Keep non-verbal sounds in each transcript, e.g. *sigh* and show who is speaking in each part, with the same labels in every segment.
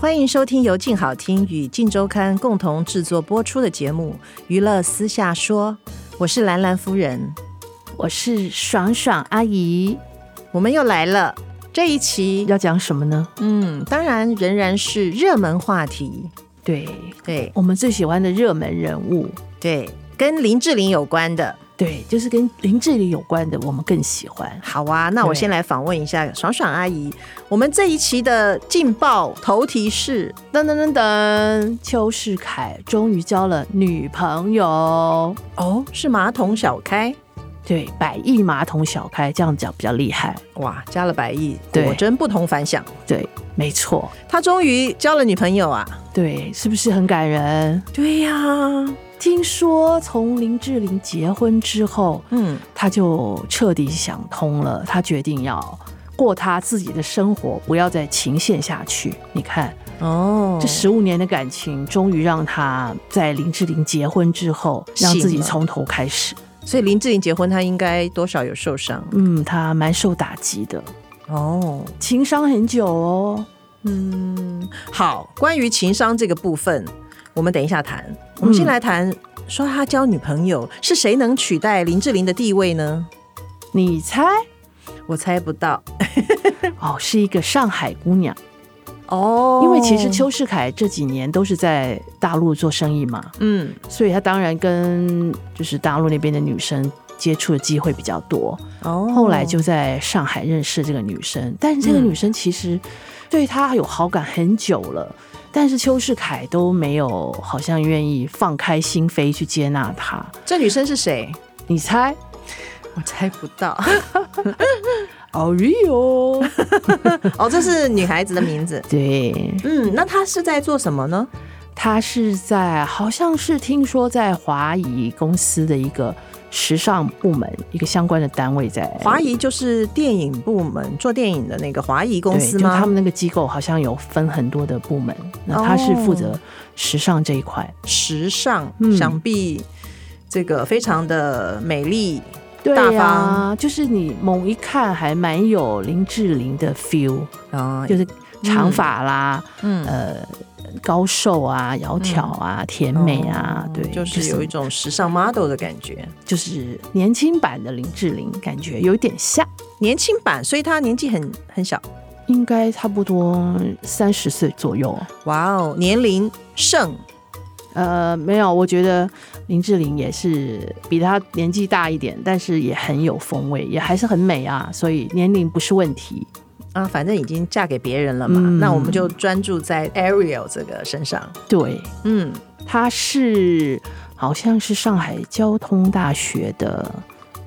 Speaker 1: 欢迎收听由静好听与静周刊共同制作播出的节目《娱乐私下说》，我是兰兰夫人。
Speaker 2: 我是爽爽阿姨，
Speaker 1: 我们又来了。这一期，
Speaker 2: 要讲什么呢？
Speaker 1: 嗯，当然仍然是热门话题，
Speaker 2: 对
Speaker 1: 对
Speaker 2: 我们最喜欢的热门人物，
Speaker 1: 对，跟林志玲有关的。
Speaker 2: 对，就是跟林志玲有关的，我们更喜欢。
Speaker 1: 好啊，那我
Speaker 2: 对
Speaker 1: 先来访问一下爽爽阿姨。我们这一期的劲爆头题是，
Speaker 2: 噔噔噔噔，邱世凯终于交了女朋友。
Speaker 1: 哦，是马桶小开，
Speaker 2: 对，百亿马桶小开这样讲比较厉害。
Speaker 1: 哇，加了百亿，
Speaker 2: 对
Speaker 1: 果真不同凡响。
Speaker 2: 对，没错，
Speaker 1: 他终于交了女朋友啊！
Speaker 2: 对，是不是很感人？
Speaker 1: 对呀、
Speaker 2: 听说从林志玲结婚之后，
Speaker 1: 嗯，
Speaker 2: 他就彻底想通了，他决定要过他自己的生活，不要再情陷下去。你看，
Speaker 1: 哦，
Speaker 2: 这十五年的感情，终于让他在林志玲结婚之后，让自
Speaker 1: 醒
Speaker 2: 己
Speaker 1: 了
Speaker 2: 从头开始。
Speaker 1: 所以林志玲结婚，她应该多少有受伤
Speaker 2: 嗯，他蛮受打击的，
Speaker 1: 哦。
Speaker 2: 情伤很久哦。
Speaker 1: 嗯，好，关于情商这个部分，我们等一下谈。我们先来谈，说他交女朋友是谁能取代林志玲的地位呢？
Speaker 2: 你猜？
Speaker 1: 我猜不到
Speaker 2: 哦，是一个上海姑娘，
Speaker 1: 哦
Speaker 2: 因为其实邱世凯这几年都是在大陆做生意嘛，
Speaker 1: 嗯
Speaker 2: 所以他当然跟就是大陆那边的女生接触的机会比较多。
Speaker 1: 哦
Speaker 2: 后来就在上海认识这个女生，但是这个
Speaker 1: 嗯
Speaker 2: 女生其实对他有好感很久了，但是邱世凯都没有好像愿意放开心扉去接纳她。
Speaker 1: 这女生是谁？
Speaker 2: 你猜？
Speaker 1: 我猜不
Speaker 2: *laughs*
Speaker 1: 到
Speaker 2: 哦哟，
Speaker 1: 哦，这是女孩子的名字。
Speaker 2: *laughs* 对，
Speaker 1: 嗯，那她是在做什么呢？
Speaker 2: 她是在好像是听说在华谊公司的一个时尚部门一个相关的单位在
Speaker 1: 华谊就是电影部门做电影的那个华谊公
Speaker 2: 对，
Speaker 1: 司
Speaker 2: 就
Speaker 1: 吗？
Speaker 2: 他们那个机构好像有分很多的部门，那他是负责时尚这一块。
Speaker 1: 时尚，
Speaker 2: 嗯
Speaker 1: 想必这个非常的美丽。
Speaker 2: 对
Speaker 1: 大
Speaker 2: 啊，
Speaker 1: 方
Speaker 2: 就是你猛一看还蛮有林志玲的 feel，
Speaker 1: 啊
Speaker 2: 就是长发啦，
Speaker 1: 嗯
Speaker 2: 呃，高瘦啊，窈窕啊，甜美啊，
Speaker 1: 哦
Speaker 2: 对，
Speaker 1: 就是有一种时尚 model 的感觉，
Speaker 2: 就是年轻版的林志玲，感觉有点像，
Speaker 1: 年轻版，所以她年纪很很小。
Speaker 2: 应该差不多三十岁左右。
Speaker 1: 哇哦，年龄胜
Speaker 2: 呃，没有，我觉得林志玲也是比她年纪大一点，但是也很有风味，也还是很美啊，所以年龄不是问题。
Speaker 1: 啊，反正已经嫁给别人了嘛，
Speaker 2: 嗯
Speaker 1: 那我们就专注在 Ariel 这个身上。
Speaker 2: 对，
Speaker 1: 嗯，
Speaker 2: 她是好像是上海交通大学的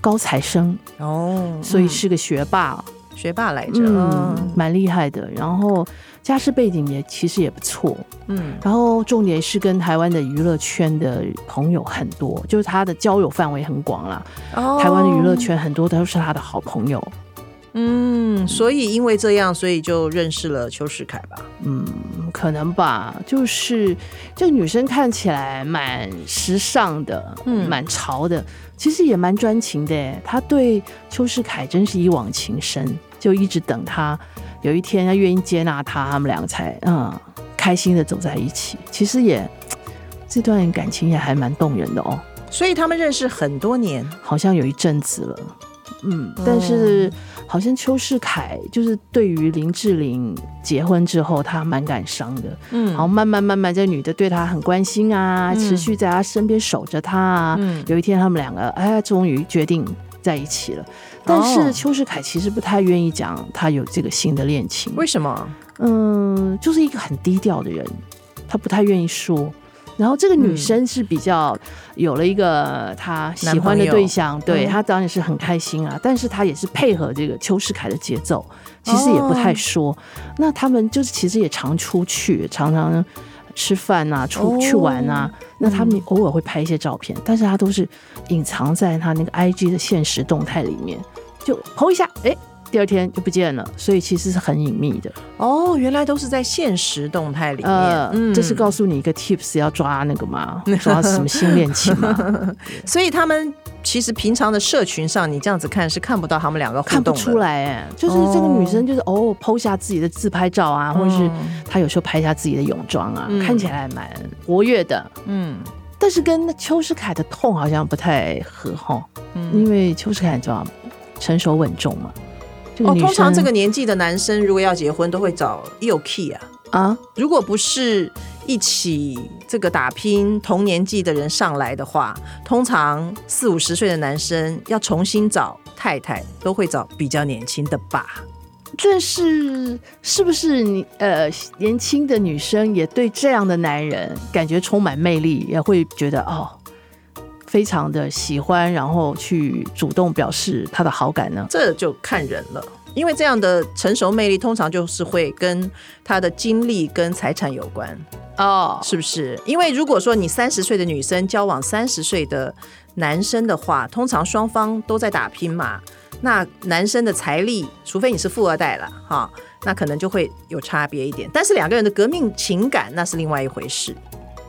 Speaker 2: 高材生，
Speaker 1: 哦，
Speaker 2: 所以是个学霸，
Speaker 1: 嗯学霸来着。
Speaker 2: 嗯，
Speaker 1: 嗯
Speaker 2: 蛮厉害的。然后家世背景也其实也不错，
Speaker 1: 嗯
Speaker 2: 然后重点是跟台湾的娱乐圈的朋友很多，就是她的交友范围很广啦。
Speaker 1: 哦
Speaker 2: 台湾的娱乐，圈很多都是她的好朋友。
Speaker 1: 嗯，所以因为这样，所以就认识了邱世凯吧。
Speaker 2: 嗯，可能吧，就是这个女生看起来蛮时尚的，
Speaker 1: 嗯
Speaker 2: 蛮潮的，其实也蛮专情的耶。她对邱世凯真是一往情深，就一直等他有一天他愿意接纳他，他们两个才嗯开心的走在一起。其实也这段感情也还蛮动人的哦，
Speaker 1: 所以他们认识很多年，
Speaker 2: 好像有一阵子了。嗯，但是好像邱世凯就是对于林志玲结婚之后，他蛮感伤的。
Speaker 1: 嗯
Speaker 2: 然后慢慢慢慢，这女的对他很关心啊，
Speaker 1: 嗯
Speaker 2: 持续在他身边守着他啊。
Speaker 1: 嗯
Speaker 2: 有一天，他们两个哎，终于决定在一起了。但
Speaker 1: 哦
Speaker 2: 是邱世凯其实不太愿意讲他有这个新的恋情，
Speaker 1: 为什么？
Speaker 2: 嗯，就是一个很低调的人，他不太愿意说。然后这个女生是比较有了一个她喜欢的对象，对
Speaker 1: 嗯
Speaker 2: 她当然是很开心啊，但是她也是配合这个邱世凯的节奏，其实也不太说。那他们就是其实也常出去，常常吃饭啊、出去玩啊，那他们偶尔会拍一些照片，但是他都是隐藏在他那个 IG 的现实动态里面，就吼一下，哎、第二天就不见了，所以其实是很隐秘的。
Speaker 1: 哦，原来都是在现实动态里面，
Speaker 2: 呃，
Speaker 1: 嗯
Speaker 2: 这是告诉你一个 tips，要抓那个
Speaker 1: *laughs*
Speaker 2: 嘛，抓什么新恋情嘛，
Speaker 1: 所以他们其实平常的社群上，你这样子看是看不到他们两个互
Speaker 2: 看不
Speaker 1: 动的
Speaker 2: 出。来哎、就是这个女生就是偶尔剖下自己的自拍照啊，或者是她有时候拍下自己的泳装啊，
Speaker 1: 哦嗯
Speaker 2: 看起来蛮活跃的，
Speaker 1: 嗯
Speaker 2: 但是跟那邱世凯的痛好像不太合哈，
Speaker 1: 嗯，
Speaker 2: 因为邱世凯你知道成熟稳重嘛，这个
Speaker 1: 哦，
Speaker 2: 女生、
Speaker 1: 通常这个年纪的男生如果要结婚，都会找右 key 啊。
Speaker 2: 啊，
Speaker 1: 如果不是一起这个打拼同年纪的人上来的话，通常四五十岁的男生要重新找太太，都会找比较年轻的吧。
Speaker 2: 但是是不是你呃年轻的女生也对这样的男人感觉充满魅力，也会觉得哦非常的喜欢，然后去主动表示她的好感呢？
Speaker 1: 这就看人了，因为这样的成熟魅力通常就是会跟他的经历跟财产有关，
Speaker 2: 哦，
Speaker 1: 是不是？因为如果说你三十岁的女生交往三十岁的男生的话，通常双方都在打拼嘛。那男生的财力，除非你是富二代了哈，那可能就会有差别一点。但是两个人的革命情感那是另外一回事。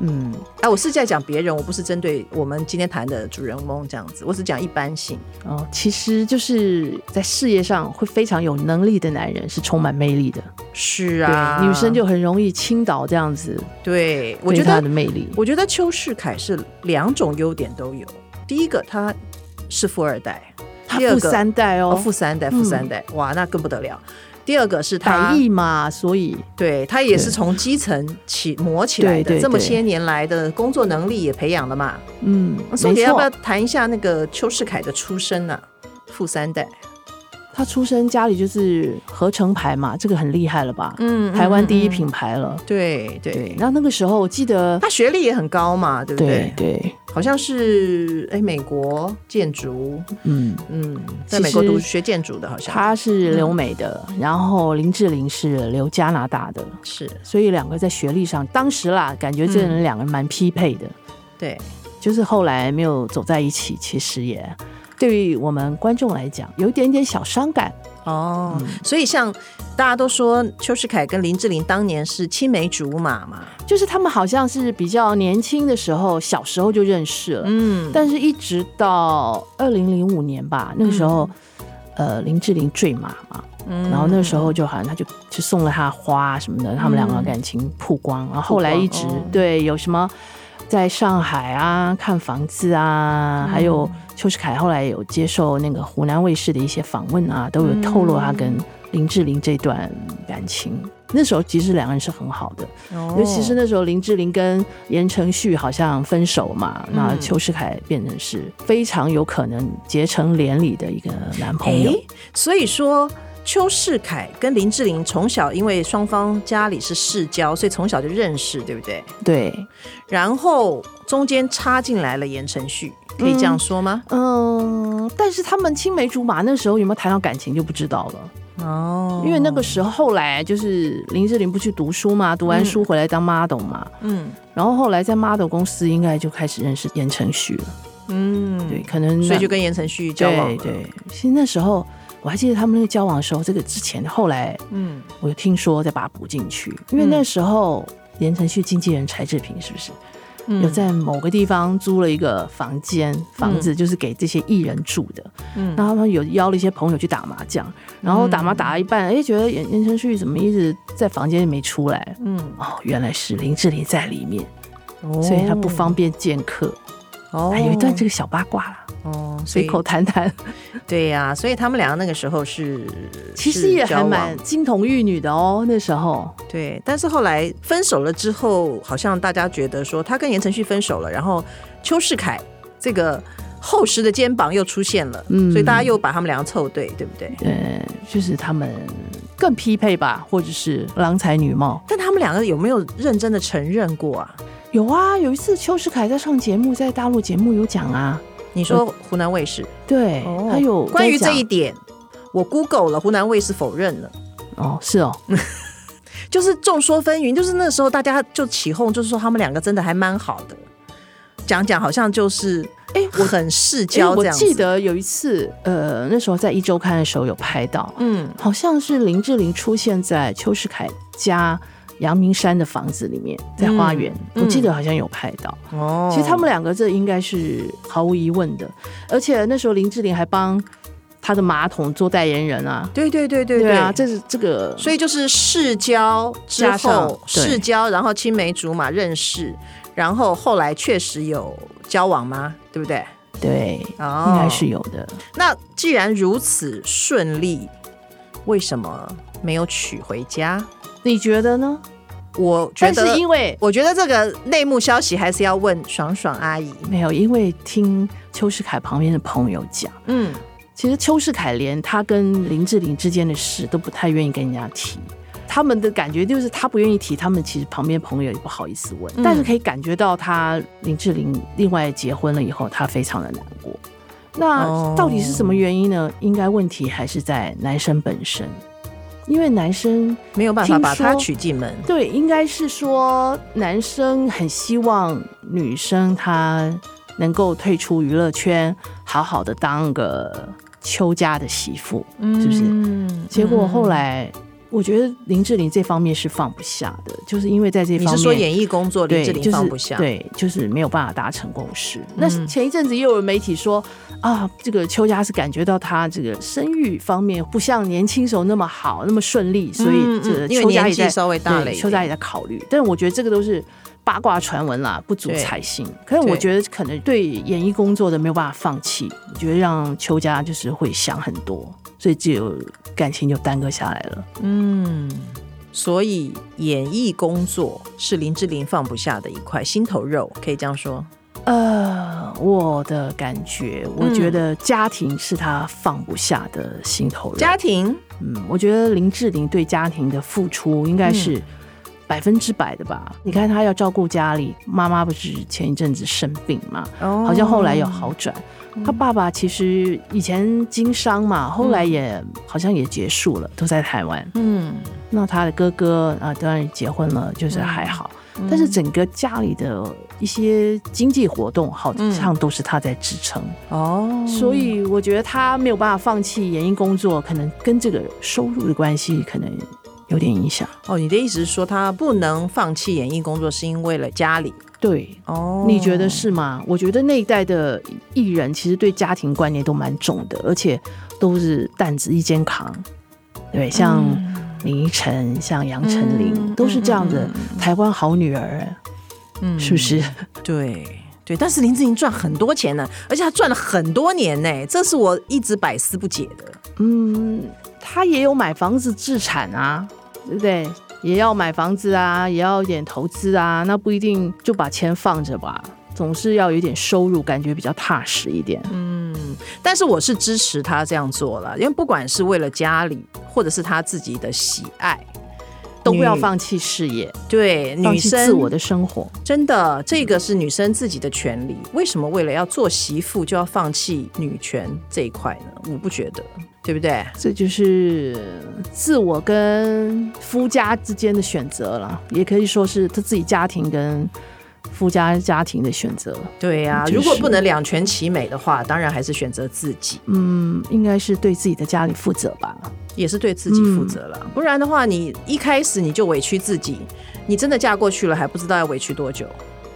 Speaker 2: 嗯，
Speaker 1: 哎、我是在讲别人，我不是针对我们今天谈的主人翁这样子，我只讲一般性。
Speaker 2: 哦，其实就是在事业上会非常有能力的男人是充满魅力的，
Speaker 1: 是啊，
Speaker 2: 对，女生就很容易倾倒这样子，
Speaker 1: 对，我觉
Speaker 2: 他
Speaker 1: 得
Speaker 2: 的魅力，
Speaker 1: 我觉得邱世凯是两种优点都有。第一个，他是富二代，
Speaker 2: 他
Speaker 1: 第二
Speaker 2: 富
Speaker 1: 个
Speaker 2: 三代
Speaker 1: 哦，
Speaker 2: 哦，嗯
Speaker 1: 富三代，富三代，哇，那更不得了。第二个是他
Speaker 2: 百，亿嘛，所以
Speaker 1: 对他也是
Speaker 2: 对
Speaker 1: 从基层起磨起来的，
Speaker 2: 对对
Speaker 1: 这么
Speaker 2: 对
Speaker 1: 些年来的工作能力也培养了嘛。
Speaker 2: 嗯，
Speaker 1: 宋
Speaker 2: 没
Speaker 1: 姐要不
Speaker 2: 错
Speaker 1: 要谈一下那个邱世凯的出身呢、富三代，
Speaker 2: 他出生家里就是合成牌嘛，这个很厉害了吧？
Speaker 1: 嗯
Speaker 2: 台湾第一，
Speaker 1: 嗯
Speaker 2: 品牌了。
Speaker 1: 嗯对
Speaker 2: 对
Speaker 1: 对，。
Speaker 2: 那那个时候我记得，
Speaker 1: 他学历也很高嘛，对不
Speaker 2: 对
Speaker 1: 对？
Speaker 2: 对，
Speaker 1: 好像是哎，美国建筑，
Speaker 2: 嗯，
Speaker 1: 嗯，在美国
Speaker 2: 其实
Speaker 1: 读学建筑的，好像
Speaker 2: 他是留美的，然后林志玲是留加拿大的，
Speaker 1: 是
Speaker 2: 所以两个在学历上，当时啦，感觉这人
Speaker 1: 嗯
Speaker 2: 两个人蛮匹配的，
Speaker 1: 对，
Speaker 2: 就是后来没有走在一起，其实也对于我们观众来讲，有一点点小伤感。
Speaker 1: 哦，所以像大家都说邱世凯跟林志玲当年是青梅竹马嘛，
Speaker 2: 就是他们好像是比较年轻的时候，小时候就认识了，
Speaker 1: 嗯，
Speaker 2: 但是一直到二零零五年吧，那个时候，
Speaker 1: 嗯
Speaker 2: 呃，林志玲坠马嘛，然后那时候就好像他就就送了她花什么的，他们两个感情曝光，然后后来一直、
Speaker 1: 嗯曝光哦
Speaker 2: 对有什么。在上海啊，看房子啊，还有
Speaker 1: 嗯
Speaker 2: 邱世凯后来有接受那个湖南卫视的一些访问啊，都有透露
Speaker 1: 嗯
Speaker 2: 他跟林志玲这段感情。那时候其实两个人是很好的，
Speaker 1: 哦
Speaker 2: 尤其是那时候林志玲跟言承旭好像分手嘛，
Speaker 1: 嗯
Speaker 2: 那邱世凯变成是非常有可能结成连理的一个男朋友。
Speaker 1: 诶哎所以说。邱世凯跟林志玲从小因为双方家里是世交，所以从小就认识，对不对？
Speaker 2: 对，
Speaker 1: 然后中间插进来了言承旭，可以这样说吗？
Speaker 2: 嗯，但是他们青梅竹马那时候有没有谈到感情就不知道了，
Speaker 1: 哦
Speaker 2: 因为那个时候后来就是林志玲不去读书嘛，读完书回来当 model 嘛，
Speaker 1: 嗯
Speaker 2: 然后后来在 model 公司应该就开始认识言承旭了，
Speaker 1: 嗯，
Speaker 2: 对，，可能
Speaker 1: 所以就
Speaker 2: 那
Speaker 1: 跟言承旭交往了，
Speaker 2: 对对，其实那时候我还记得他们那个交往的时候，这个之前后来
Speaker 1: 嗯，
Speaker 2: 我有听说再把它补进去，因为那时候言承旭经纪人柴智屏是不是、
Speaker 1: 嗯
Speaker 2: 有在某个地方租了一个房间，房子就是给这些艺人住的。
Speaker 1: 嗯
Speaker 2: 然后他们有邀了一些朋友去打麻将，然后打麻打到一半，哎、觉得言言承旭怎么一直在房间里没出来？
Speaker 1: 嗯，
Speaker 2: 哦，原来是林志玲在里面，所以他不方便见客。
Speaker 1: 哦，
Speaker 2: 还、有一段这个小八卦啦，
Speaker 1: 哦，所
Speaker 2: 随
Speaker 1: 以
Speaker 2: 口谈谈，
Speaker 1: 对呀、所以他们两个那个时候是
Speaker 2: 其实也
Speaker 1: 是
Speaker 2: 还
Speaker 1: 交往
Speaker 2: 蛮金童玉女的哦。那时候，
Speaker 1: 对，但是后来分手了之后，好像大家觉得说他跟言承旭分手了，然后邱世凯这个厚实的肩膀又出现了，
Speaker 2: 嗯
Speaker 1: 所以大家又把他们两个凑对，对不对？
Speaker 2: 呃，就是他们更匹配吧，或者是郎才女貌。
Speaker 1: 但他们两个有没有认真的承认过啊？
Speaker 2: 有啊，有一次邱世凯在上节目，在大陆节目有讲啊，
Speaker 1: 你说湖南卫视，哎
Speaker 2: 对，他有
Speaker 1: 关于
Speaker 2: 哦在
Speaker 1: 这
Speaker 2: 讲
Speaker 1: 一点，我 Google 了，湖南卫视否认了。
Speaker 2: 哦，是哦，
Speaker 1: 就是众说纷纭，就是那时候大家就起哄，就是说他们两个真的还蛮好的，讲讲好像就是
Speaker 2: 哎
Speaker 1: 我很世交这
Speaker 2: 我
Speaker 1: 样子。
Speaker 2: 记得有一次，呃，那时候在一周刊的时候有拍到，
Speaker 1: 嗯，
Speaker 2: 好像是林志玲出现在邱世凯家阳明山的房子里面，在花园，
Speaker 1: 嗯
Speaker 2: 我记得好像有拍到。
Speaker 1: 哦
Speaker 2: 其实他们两个这应该是毫无疑问的，而且那时候林志玲还帮她的马桶做代言人啊，
Speaker 1: 对对对对
Speaker 2: 对啊，这是这个，
Speaker 1: 所以就是世交之
Speaker 2: 加上
Speaker 1: 后，
Speaker 2: 对
Speaker 1: 世交，然后青梅竹马认识，然后后来确实有交往吗？对不对？
Speaker 2: 对，
Speaker 1: 哦
Speaker 2: 应该是有的。
Speaker 1: 那既然如此顺利，为什么没有娶回家？
Speaker 2: 你觉得呢？
Speaker 1: 我觉
Speaker 2: 但是
Speaker 1: 得，
Speaker 2: 因为
Speaker 1: 我觉得这个内幕消息还是要问爽爽阿姨。
Speaker 2: 没有，因为听邱世凯旁边的朋友讲。
Speaker 1: 嗯，
Speaker 2: 其实邱世凯连他跟林志玲之间的事都不太愿意跟人家提，他们的感觉就是他不愿意提，他们其实旁边朋友也不好意思问，
Speaker 1: 嗯
Speaker 2: 但是可以感觉到他林志玲另外结婚了以后，他非常的难过。
Speaker 1: 哦
Speaker 2: 那到底是什么原因呢？应该问题还是在男生本身，因为男生
Speaker 1: 没有办法
Speaker 2: 听
Speaker 1: 把她
Speaker 2: 说
Speaker 1: 娶进门。
Speaker 2: 对应该是说男生很希望女生她能够退出娱乐圈，好好的当个邱家的媳妇。
Speaker 1: 嗯
Speaker 2: 是不是
Speaker 1: 是
Speaker 2: 结果后来，我觉得林志玲这方面是放不下的，就是因为在这
Speaker 1: 嗯你
Speaker 2: 方面，
Speaker 1: 是说演艺工作林
Speaker 2: 对，
Speaker 1: 志
Speaker 2: 就
Speaker 1: 玲
Speaker 2: 是
Speaker 1: 放不下？
Speaker 2: 对，就是没有办法达成共识。那
Speaker 1: 嗯
Speaker 2: 前一阵子又有媒体说啊，这个邱家是感觉到她这个生育方面不像年轻时候那么好，那么顺利，所以
Speaker 1: 嗯嗯
Speaker 2: 这个
Speaker 1: 因为
Speaker 2: 邱家
Speaker 1: 年
Speaker 2: 也
Speaker 1: 纪
Speaker 2: 在
Speaker 1: 稍微大了一
Speaker 2: 对
Speaker 1: 点
Speaker 2: 邱家也在考虑。但我觉得这个都是。八卦传闻啦，不足
Speaker 1: 对
Speaker 2: 采信。可是我
Speaker 1: 对
Speaker 2: 觉得，可能对演艺工作的没有办法放弃，我觉得让邱家就是会想很多，所以只有感情就耽搁下来了。
Speaker 1: 嗯，所以演艺工作是林志玲放不下的一块心头肉，可以这样说。
Speaker 2: 呃，我的感觉，我
Speaker 1: 嗯
Speaker 2: 觉得家庭是他放不下的心头肉。
Speaker 1: 家庭，
Speaker 2: 嗯，我觉得林志玲对家庭的付出应该
Speaker 1: 嗯
Speaker 2: 是百分之百的吧。你看她要照顾家里，妈妈不是前一阵子生病嘛，
Speaker 1: 哦嗯
Speaker 2: 好像后来有好转。她爸爸其实以前经商嘛，后来也、好像也结束了，都在台湾。
Speaker 1: 嗯，
Speaker 2: 那他的哥哥啊，当然结婚了，就是还好。
Speaker 1: 嗯
Speaker 2: 但是整个家里的一些经济活动，好
Speaker 1: 嗯
Speaker 2: 像都是他在支撑，
Speaker 1: 哦，
Speaker 2: 所以我觉得他没有办法放弃演艺工作，可能跟这个收入的关系可能有点影响。
Speaker 1: 哦，你的意思是说他不能放弃演艺工作，是因为了家里？
Speaker 2: 对，
Speaker 1: 哦，
Speaker 2: 你觉得？是吗？我觉得那一代的艺人其实对家庭观念都蛮重的，而且都是担子一肩扛。对，像林依晨、像杨丞琳、
Speaker 1: 嗯
Speaker 2: 都是这样的、
Speaker 1: 嗯嗯
Speaker 2: 台湾好女儿，
Speaker 1: 嗯
Speaker 2: 是不是？？ *laughs*
Speaker 1: 对。对，但是林志玲赚很多钱呢，而且她赚了很多年呢，这是我一直百思不解的。
Speaker 2: 嗯，他也有买房子自产啊，对不对？也要买房子啊，也要有点投资啊，那不一定就把钱放着吧，总是要有点收入，感觉比较踏实一点。
Speaker 1: 嗯但是我是支持他这样做了，因为不管是为了家里，或者是他自己的喜爱，
Speaker 2: 都不要
Speaker 1: 女
Speaker 2: 放弃事业，
Speaker 1: 对
Speaker 2: 放
Speaker 1: 女
Speaker 2: 弃
Speaker 1: 生
Speaker 2: 自我的生活。
Speaker 1: 真的，这个是女生自己的权利。为什么为了要做媳妇就要放弃女权这一块呢？我不觉得，对不对？
Speaker 2: 这就是自我跟夫家之间的选择了，也可以说是他自己家庭跟夫家家庭的选择。
Speaker 1: 对呀、
Speaker 2: 就是
Speaker 1: 如果不能两全其美的话，当然还是选择自己，
Speaker 2: 嗯，应该是对自己的家里负责吧。
Speaker 1: 也是对自己负责
Speaker 2: 嗯
Speaker 1: 了。不然的话，你一开始你就委屈自己，你真的嫁过去了，还不知道要委屈多久。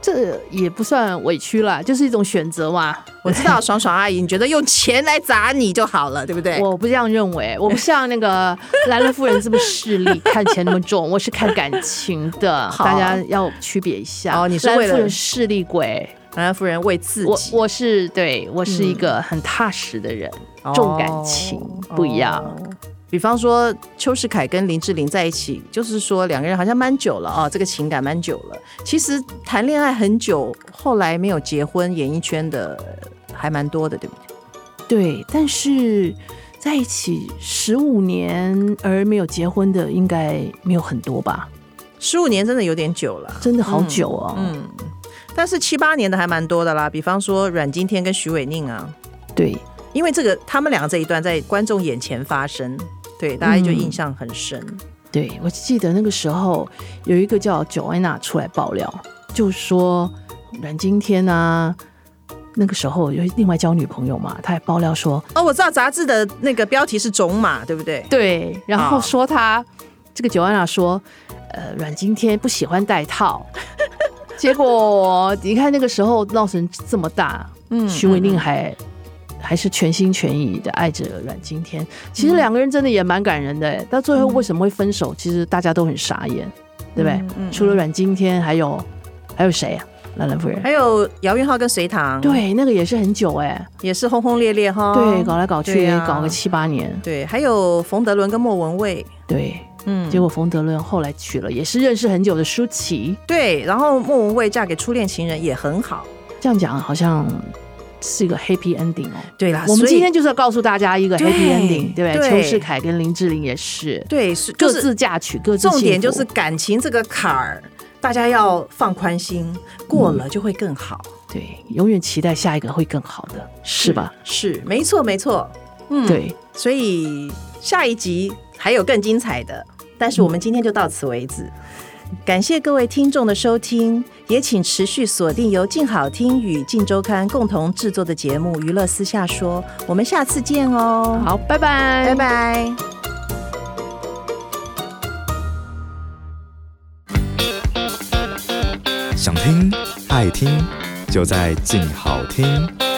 Speaker 2: 这也不算委屈啦，就是一种选择嘛。
Speaker 1: 我知道，爽爽阿姨，你觉得用钱来砸你就好了，对不对？
Speaker 2: 我不这样认为，我不像那个兰乐夫人这么势利，看钱那么重，我是看感情的，
Speaker 1: 好
Speaker 2: 大家要区别一下。
Speaker 1: 哦你是
Speaker 2: 兰
Speaker 1: 为了
Speaker 2: 乐夫人势利鬼，
Speaker 1: 兰兰夫人为自
Speaker 2: 我
Speaker 1: 己嗯
Speaker 2: 我是对我是一个很踏实的人，重感情不一样。
Speaker 1: 哦比方说，邱世凯跟林志玲在一起，就是说两个人好像蛮久了啊、这个情感蛮久了。其实谈恋爱很久，后来没有结婚，演艺圈的还蛮多的，对不对？
Speaker 2: 对，但是在一起十五年而没有结婚的，应该没有很多吧？
Speaker 1: 十五年真的有点久了，
Speaker 2: 真的好久哦。
Speaker 1: 嗯，但是七八年的还蛮多的啦。比方说阮经天跟徐伟宁啊，
Speaker 2: 对，
Speaker 1: 因为这个他们两个这一段在观众眼前发生，对大家就印象很深。
Speaker 2: 对我记得那个时候有一个叫九安娜出来爆料，就说阮经天啊，那个时候有另外交女朋友嘛，他还爆料说，
Speaker 1: 哦，我知道杂志的那个标题是“种马”，对不对？
Speaker 2: 对，然后
Speaker 1: 啊
Speaker 2: 说他、这个九安娜说，呃，阮经天不喜欢戴套， *laughs* 结果你看那个时候闹成这么大，
Speaker 1: 嗯
Speaker 2: 徐伟宁还。还是全心全意的爱着阮经天，其实两个人真的也蛮感人的、到最后为什么会分手，其实大家都很傻眼，对不对？
Speaker 1: 嗯嗯
Speaker 2: 除了阮经天，还有还有谁啊？兰兰夫人。
Speaker 1: 还有啊姚元浩跟隋唐，，
Speaker 2: 对，那个也是很久哎、
Speaker 1: 也是轰轰烈烈哈。
Speaker 2: 对，搞来搞去
Speaker 1: 啊对
Speaker 2: 也
Speaker 1: 啊
Speaker 2: 搞个七八年，
Speaker 1: 对，还有冯德伦跟莫文蔚，
Speaker 2: 对。
Speaker 1: 嗯，
Speaker 2: 结果冯德伦后来娶了也是认识很久的舒淇，
Speaker 1: 对，然后莫文蔚嫁给初恋情人也很好。
Speaker 2: 这样讲好像是一个 happy ending 哦。
Speaker 1: 对啦，
Speaker 2: 我们
Speaker 1: 啊所以
Speaker 2: 今天就是要告诉大家一个
Speaker 1: 对
Speaker 2: happy ending，对不对？
Speaker 1: 对
Speaker 2: 邱世凯跟林志玲也是，
Speaker 1: 对是
Speaker 2: 各
Speaker 1: 就是
Speaker 2: 自嫁娶，各自幸福
Speaker 1: 重点就是感情这个坎儿，大家要放宽心，过了就会更好，
Speaker 2: 对，永远期待下一个会更好的，是吧？？
Speaker 1: 是，没错，没错。嗯，，
Speaker 2: 对，
Speaker 1: 所以下一集还有更精彩的，但是我们今天就到此为止。感谢各位听众的收听，也请持续锁定由静好听与静周刊共同制作的节目《娱乐私下说》，我们下次见哦，
Speaker 2: 好，拜拜，
Speaker 1: 拜。拜。
Speaker 3: 想听爱听，就在静好听。